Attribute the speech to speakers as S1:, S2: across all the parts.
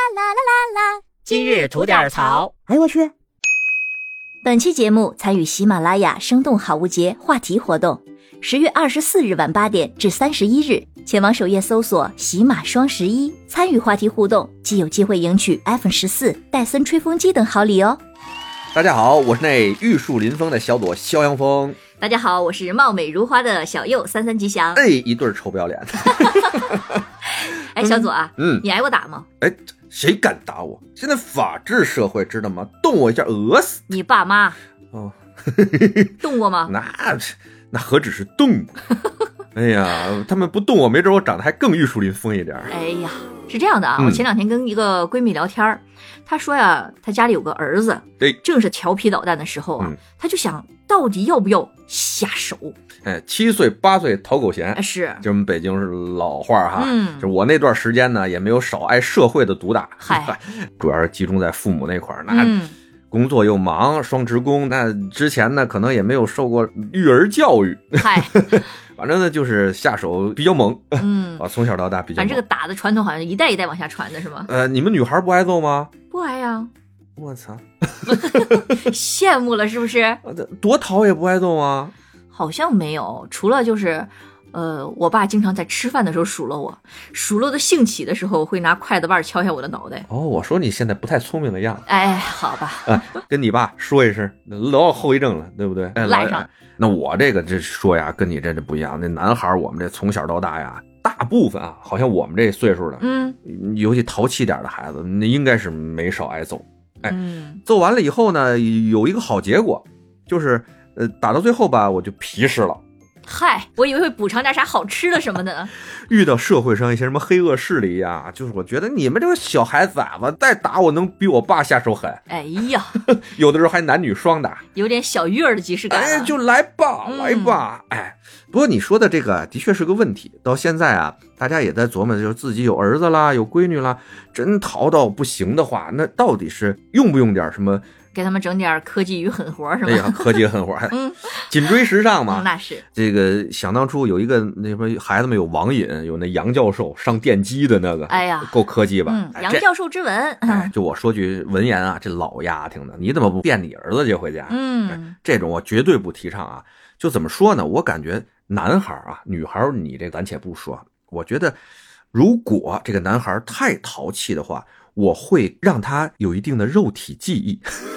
S1: 啦！
S2: 今日吐点槽。
S3: 哎呦我去！
S1: 本期节目参与喜马拉雅“生动好物节”话题活动，十月二十四日晚八点至三十一日，前往首页搜索“喜马双十一”，参与话题互动，即有机会赢取 iPhone 十四、戴森吹风机等好礼哦！
S4: 大家好，我是那玉树临风的小朵肖阳峰，
S1: 大家好，我是貌美如花的小右三三吉祥。
S4: 哎，一对儿臭不要脸的。
S1: 哎，小左啊，
S4: 嗯，
S1: 你挨过打吗？
S4: 哎，谁敢打我？现在法治社会知道吗？动我一下讹死。
S1: 你爸妈
S4: 哦，
S1: 动过吗？
S4: 那那何止是动 物？哎呀，他们不动我，没准我长得还更玉树临风一点儿。
S1: 哎呀，是这样的啊，
S4: 嗯
S1: 我前两天跟一个闺蜜聊天儿，她说呀，她家里有个儿子，
S4: 对
S1: 正是调皮捣蛋的时候啊
S4: 嗯，
S1: 她就想到底要不要下手？
S4: 哎，七岁八岁讨狗
S1: 哎
S4: 嫌，
S1: 是，
S4: 就我们北京是老话儿哈。
S1: 嗯
S4: 就我那段时间呢，也没有少挨社会的毒打，
S1: 嗨，
S4: 主要是集中在父母那块儿。那
S1: 嗯，
S4: 工作又忙，双职工，那之前呢可能也没有受过育儿教育，
S1: 嗨，
S4: 反正呢就是下手比较 猛
S1: 嗯，
S4: 啊，从小到大比较
S1: 反正这个
S4: 猛。
S1: 打的传统好像一代一代往下传的是吗？
S4: 呃，你们女孩不挨揍吗？
S1: 不挨呀，
S4: 我操，
S1: 羡慕了是不是？
S4: 呃多淘也不挨揍啊！
S1: 好像没有，除了就是。呃，我爸经常在吃饭的时候数落我，数落的兴起的时候会拿筷子把儿敲一下我的脑袋。
S4: 哦，我说你现在不太聪明的样子，
S1: 哎，好吧，
S4: 跟你爸说一声，老有后遗症了，对不对？哎
S1: 赖上。
S4: 老那我这个这说呀，跟你这这不一样。那男孩儿我们这从小到大呀，大部分啊，好像我们这岁数的，
S1: 嗯
S4: 尤其淘气点儿的孩子，那应该是没少挨揍。哎
S1: 嗯，
S4: 揍完了以后呢，有一个好结果，就是呃，打到最后吧，我就皮实了。
S1: 嗨，我以为会补偿点啥好吃的什么 的。
S4: 遇到社会上一些什么黑恶势力呀、就是我觉得你们这个小孩崽子啊再打我，能比我爸下手狠，
S1: 哎呀，
S4: 有的时候还男女双打。
S1: 有点小月儿的即视感啊了。
S4: 哎，就来吧，
S1: 嗯
S4: 来吧，哎。不过你说的这个的确是个问题，到现在啊，大家也在琢磨，就是自己有儿子啦，有闺女啦，真淘到不行的话，那到底是用不用点什么？
S1: 给他们整点科技与狠活儿是吧？
S4: 哎呀，科技狠活，哎
S1: 嗯
S4: 紧追时尚嘛
S1: 嗯，。那是
S4: 这个想当初有一个那什么孩子们有网瘾，有那杨教授上电击的那个，
S1: 哎呀
S4: 够科技吧？
S1: 嗯，
S4: 哎
S1: 杨
S4: 这
S1: 教嗯授之吻，
S4: 哎就我说句文言啊，这老丫挺的，你怎么不变你儿子这回家？
S1: 嗯
S4: 这种我绝对不提倡啊。就怎么说呢？我感觉男孩啊，女孩儿你这咱且不说，我觉得如果这个男孩太淘气的话，我会让他有一定的肉体记忆。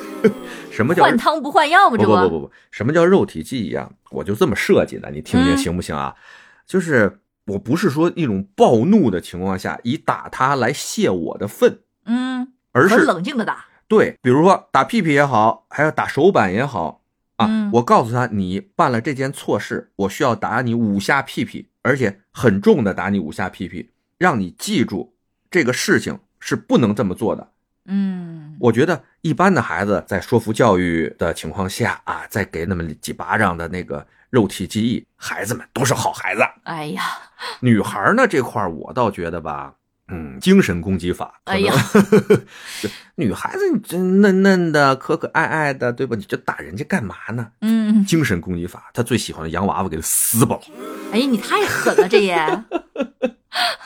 S4: 什么叫
S1: 换汤不换药嘛，
S4: 不
S1: 哦这
S4: 不不不不，什么叫肉体记忆啊？我就这么设计的，你听听
S1: 嗯
S4: 行不行啊？就是我不是说一种暴怒的情况下，以打他来泄我的愤，
S1: 嗯，
S4: 而
S1: 很
S4: 是
S1: 冷静的打，
S4: 对，比如说打屁屁也好，还有打手板也好啊，
S1: 嗯
S4: 我告诉他你办了这件错事，我需要打你五下屁屁，而且很重的打你五下屁屁，让你记住这个事情是不能这么做的。
S1: 嗯
S4: 我觉得一般的孩子在说服教育的情况下啊，再给那么几巴掌的那个肉体记忆，孩子们都是好孩子。
S1: 哎呀，
S4: 女孩呢这块儿我倒觉得吧，嗯，精神攻击法。可能
S1: 哎 呀，
S4: 就女孩子你这嫩嫩的、可可爱爱的，对吧？你就打人家干嘛呢？
S1: 嗯，
S4: 精神攻击法，她最喜欢的洋娃娃给她撕爆。
S1: 哎呀，你太狠了， 这也，
S4: 哎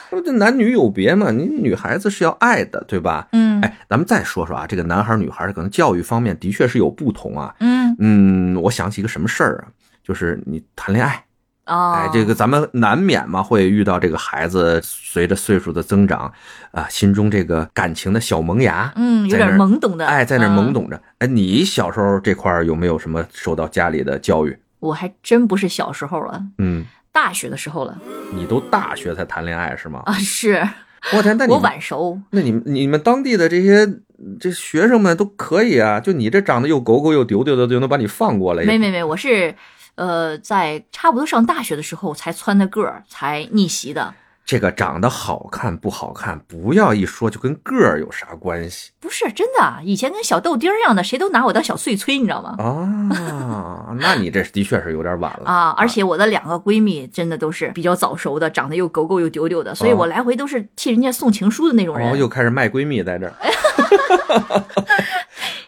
S4: 说这男女有别嘛，你女孩子是要爱的，对吧？
S1: 嗯
S4: 哎，咱们再说说啊，这个男孩儿女孩儿可能教育方面的确是有不同啊。
S1: 嗯
S4: 嗯，我想起一个什么事儿啊，就是你谈恋爱，
S1: 哦，
S4: 哎，这个咱们难免嘛会遇到这个孩子随着岁数的增长，啊，心中这个感情的小萌芽，
S1: 嗯有
S4: 在那
S1: 点
S4: 儿
S1: 懵懂的，
S4: 哎，在那儿
S1: 嗯
S4: 懵。懂着。哎，你小时候这块儿有没有什么受到家里的教育？
S1: 我还真不是小时候了，
S4: 嗯，
S1: 大学的时候了
S4: 你都大学才谈恋爱是吗？
S1: 啊，是
S4: 我天，那你
S1: 我
S4: 们
S1: 晚熟，
S4: 那你们你们当地的这些这学生们都可以啊，就你这长得又狗狗又丢丢的，就能把你放过来。
S1: 没没没，我是。呃，在差不多上大学的时候才窜的个儿，才逆袭的。
S4: 这个长得好看不好看，不要一说就跟个儿有啥关系
S1: 不是真的，啊以前跟小豆丁儿一样的，谁都拿我当小碎催，你知道吗？
S4: 啊？那你这的确是有点晚了
S1: 啊，而且我的两个闺蜜真的都是比较早熟的，长得又狗狗又丢丢的，所以
S4: 哦
S1: 我来回都是替人家送情书的那种人。
S4: 哦，又开始卖闺蜜在这儿。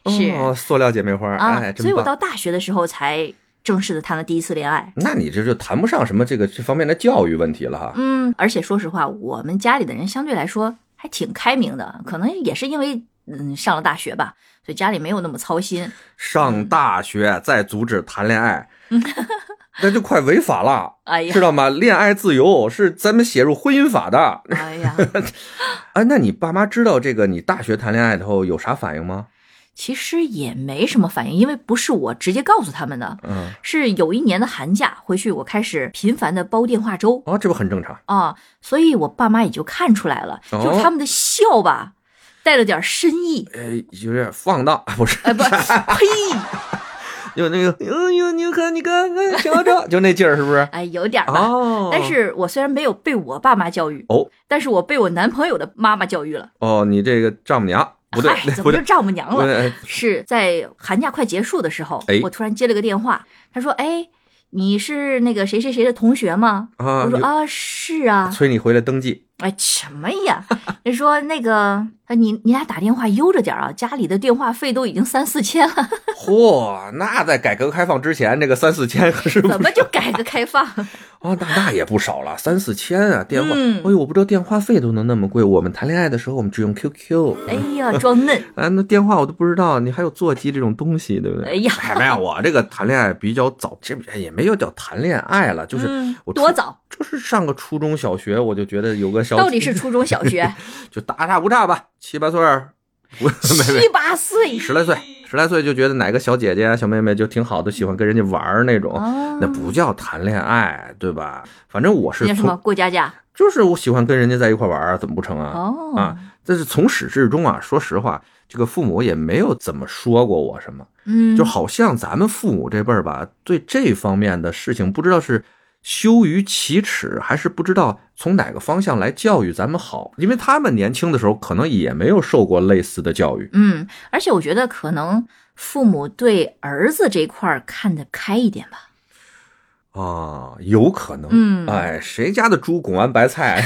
S1: 嗯是
S4: 哦，塑料姐妹花，
S1: 啊，
S4: 哎，真
S1: 所以我
S4: 棒
S1: 到大学的时候才正式的谈了第一次恋爱。
S4: 那你这就谈不上什么这个这方面的教育问题了哈。
S1: 嗯嗯，而且说实话，我们家里的人相对来说还挺开明的，可能也是因为嗯上了大学吧，所以家里没有那么操心。嗯
S4: 上大学再阻止谈恋爱， 那就快违法了，
S1: 哎呀
S4: 知，道吗？恋爱自由是咱们写入婚姻法的。
S1: 哎呀，
S4: 哎，那你爸妈知道这个你大学谈恋爱以后有啥反应吗？
S1: 其实也没什么反应，因为不是我直接告诉他们的，
S4: 嗯，
S1: 是有一年的寒假回去，我开始频繁的煲电话粥
S4: 哦，这不很正常。
S1: 啊，所以我爸妈也就看出来了，
S4: 哦
S1: 就是他们的笑吧，带了点深意。
S4: 呃，有点放荡，不是，
S1: 哎不， 呸！
S4: 就那个，哎呦，你看，你看，看，瞧 瞧，就那劲儿，是不是？
S1: 哎，有点儿吧。
S4: 哦，
S1: 但是我虽然没有被我爸妈教育，
S4: 哦，
S1: 但是我被我男朋友的妈妈教育了。
S4: 哦，你这个丈母 娘不对
S1: 哎，，怎
S4: 不
S1: 么就
S4: 对，
S1: 丈母娘
S4: 不
S1: 了？
S4: 对，哎
S1: 是在寒假快结束的时候，
S4: 哎
S1: 我突然接了个电话，他说：“哎，你是那个谁谁谁的同学吗？”
S4: 啊
S1: 我说：“
S4: 有
S1: 啊，是 啊。
S4: 催你回来登 记。”
S1: 哎，什么呀？ 人说那个，哎你你俩打电话悠着点啊，家里的电话费都已经三四千了，
S4: 嚯，那在改革开放之前，这个三四千可是不
S1: 怎么就改革开放？
S4: 哦，那那也不少了，三四千啊，电话，
S1: 嗯
S4: 哎呦，我不知道电话费都能那么贵。我们谈恋爱的时候，我们只用 QQ，
S1: 哎呀，装嫩，
S4: 啊，那电话我都不知道，你还有座机这种东西，对不对？
S1: 哎 呀
S4: 没有，我这个谈恋爱比较早，这也没有叫谈恋爱了， 就是
S1: 嗯
S4: 我初
S1: 多早？
S4: 就是上个初中小学，我就觉得有个小，
S1: 到底是初中、小学，
S4: 就大差不差吧，七八岁儿，不 没
S1: 七
S4: 没。
S1: 八 岁
S4: 十来岁，十来岁就觉得哪个小姐姐、小妹妹就挺好的，喜欢跟人家玩儿那种，
S1: 啊
S4: 那不叫谈恋爱，对吧？反正我是
S1: 那什
S4: 从
S1: 么过家家
S4: 就是我喜欢跟人家在一块玩儿，怎么不成啊？
S1: 哦
S4: 啊，但是从始至终啊，说实话，这个父母也没有怎么说过我什么，
S1: 嗯，
S4: 就好像咱们父母这辈儿吧，对这方面的事情不知道是羞于启齿，还是不知道从哪个方向来教育咱们好，因为他们年轻的时候可能也没有受过类似的教育。
S1: 嗯，而且我觉得可能父母对儿子这一块儿看得开一点吧。
S4: 啊，有可能，
S1: 嗯
S4: 哎，谁家的猪拱完白菜？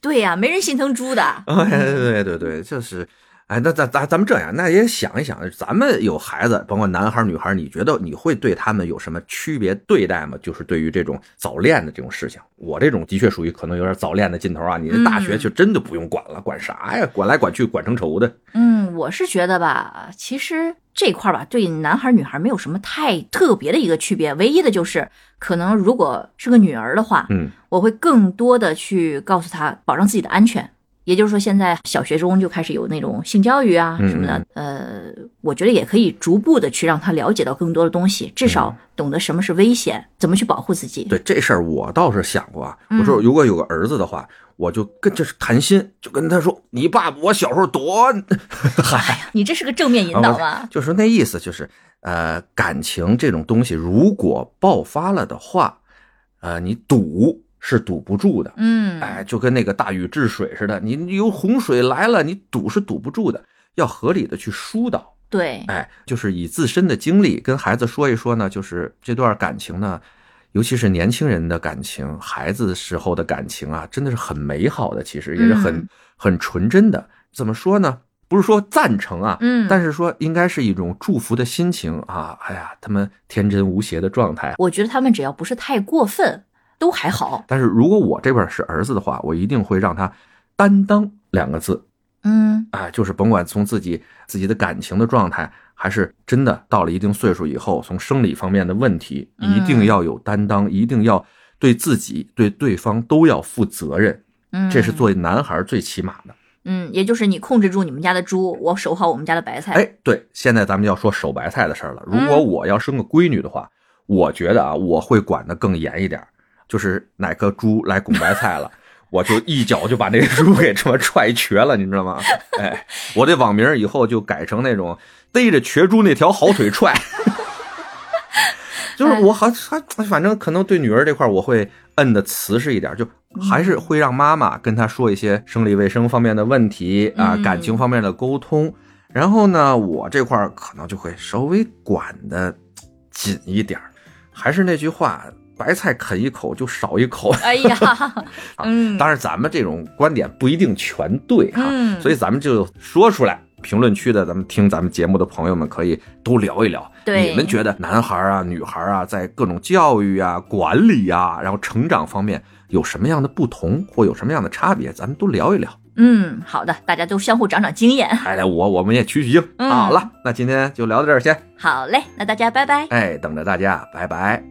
S1: 对呀、没人心疼猪的。
S4: 哎，对对对，就是，哎，那咱咱咱们这样，那也想一想，咱们有孩子，甭管男孩儿女孩儿，你觉得你会对他们有什么区别对待吗？就是对于这种早恋的这种事情，我这种的确属于可能有点早恋的劲头啊。你这大学
S1: 嗯
S4: 就真的不用管了，管啥呀？管来管去，管成仇的。
S1: 嗯，我是觉得吧，其实这块儿吧，对男孩儿女孩儿没有什么太特别的一个区别，唯一的就是可能如果是个女儿的话，
S4: 嗯，
S1: 我会更多的去告诉她保障自己的安全。也就是说，现在小学中就开始有那种性教育啊
S4: 嗯
S1: 什么的，呃，我觉得也可以逐步的去让她了解到更多的东西，至少懂得什么是危险，怎么去保护自己。
S4: 嗯对这事儿我倒是想过啊。
S1: 嗯
S4: 我说如果有个儿子的话，我就跟这是谈心，就跟他说，你爸爸我小时候多，嗨。
S1: 你这是个正面引
S4: 啊
S1: 导啊吗？
S4: 就是那意思，就是呃，感情这种东西如果爆发了的话，呃，你堵是堵不住的，
S1: 嗯，
S4: 哎，就跟那个大禹治水似的，你你有洪水来了，你堵是堵不住的，要合理的去疏导，
S1: 对，
S4: 哎，就是以自身的经历跟孩子说一说呢，就是这段感情呢。尤其是年轻人的感情，孩子时候的感情啊，真的是很美好的，其实也是很、
S1: 嗯
S4: 很纯真的。怎么说呢？不是说赞成啊，
S1: 嗯，
S4: 但是说应该是一种祝福的心情啊！哎呀，他们天真无邪的状态。
S1: 我觉得他们只要不是太过分，都还好。
S4: 但是如果我这边是儿子的话，我一定会让他担当两个字
S1: 嗯
S4: 啊，就是甭管从自己自己的感情的状态，还是真的到了一定岁数以后，从生理方面的问题，
S1: 嗯
S4: 一定要有担当，一定要对自己、对对方都要负责任，
S1: 嗯，
S4: 这是作为男孩最起码的。
S1: 嗯，也就是你控制住你们家的猪，我守好我们家的白菜。嗯
S4: 哎，对，现在咱们要说守白菜的事儿了。如果我要生个闺女的话，我觉得啊，我会管得更严一点儿，就是哪颗猪来拱白菜了。我就一脚就把那个猪给这么踹瘸了，你知道吗？哎，我这网名儿以后就改成那种逮着瘸猪那条好腿踹， 就是我好还反正可能对女儿这块儿我会摁的瓷实一点儿，就
S1: 嗯
S4: 还是会让妈妈跟她说一些生理卫生方面的问题啊，
S1: 嗯
S4: 感情方面的沟通。然后呢，我这块儿可能就会稍微管的紧一点儿。还是那句话，白菜啃一口就少一口。
S1: 哎 呀，
S4: 啊
S1: 嗯
S4: 当然，咱们这种观点不一定全对哈、
S1: 嗯
S4: 所以咱们就说出来。评论区的，咱们听咱们节目的朋友们可以都聊一聊，
S1: 对
S4: 你们觉得男孩啊、女孩啊，在各种教育啊、管理啊，然后成长方面有什么样的不同，或有什么样的差别，咱们都聊一聊。
S1: 嗯，好的，大家都相互长长经验。
S4: 哎，我我们也取取经。
S1: 嗯
S4: 好了，那今天就聊到这儿先。
S1: 好嘞，那大家拜拜。
S4: 哎，等着大家，拜拜。